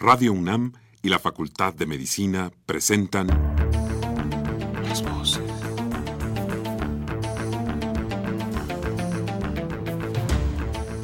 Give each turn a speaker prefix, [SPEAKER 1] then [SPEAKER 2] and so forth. [SPEAKER 1] Radio UNAM y la Facultad de Medicina presentan
[SPEAKER 2] Las voces.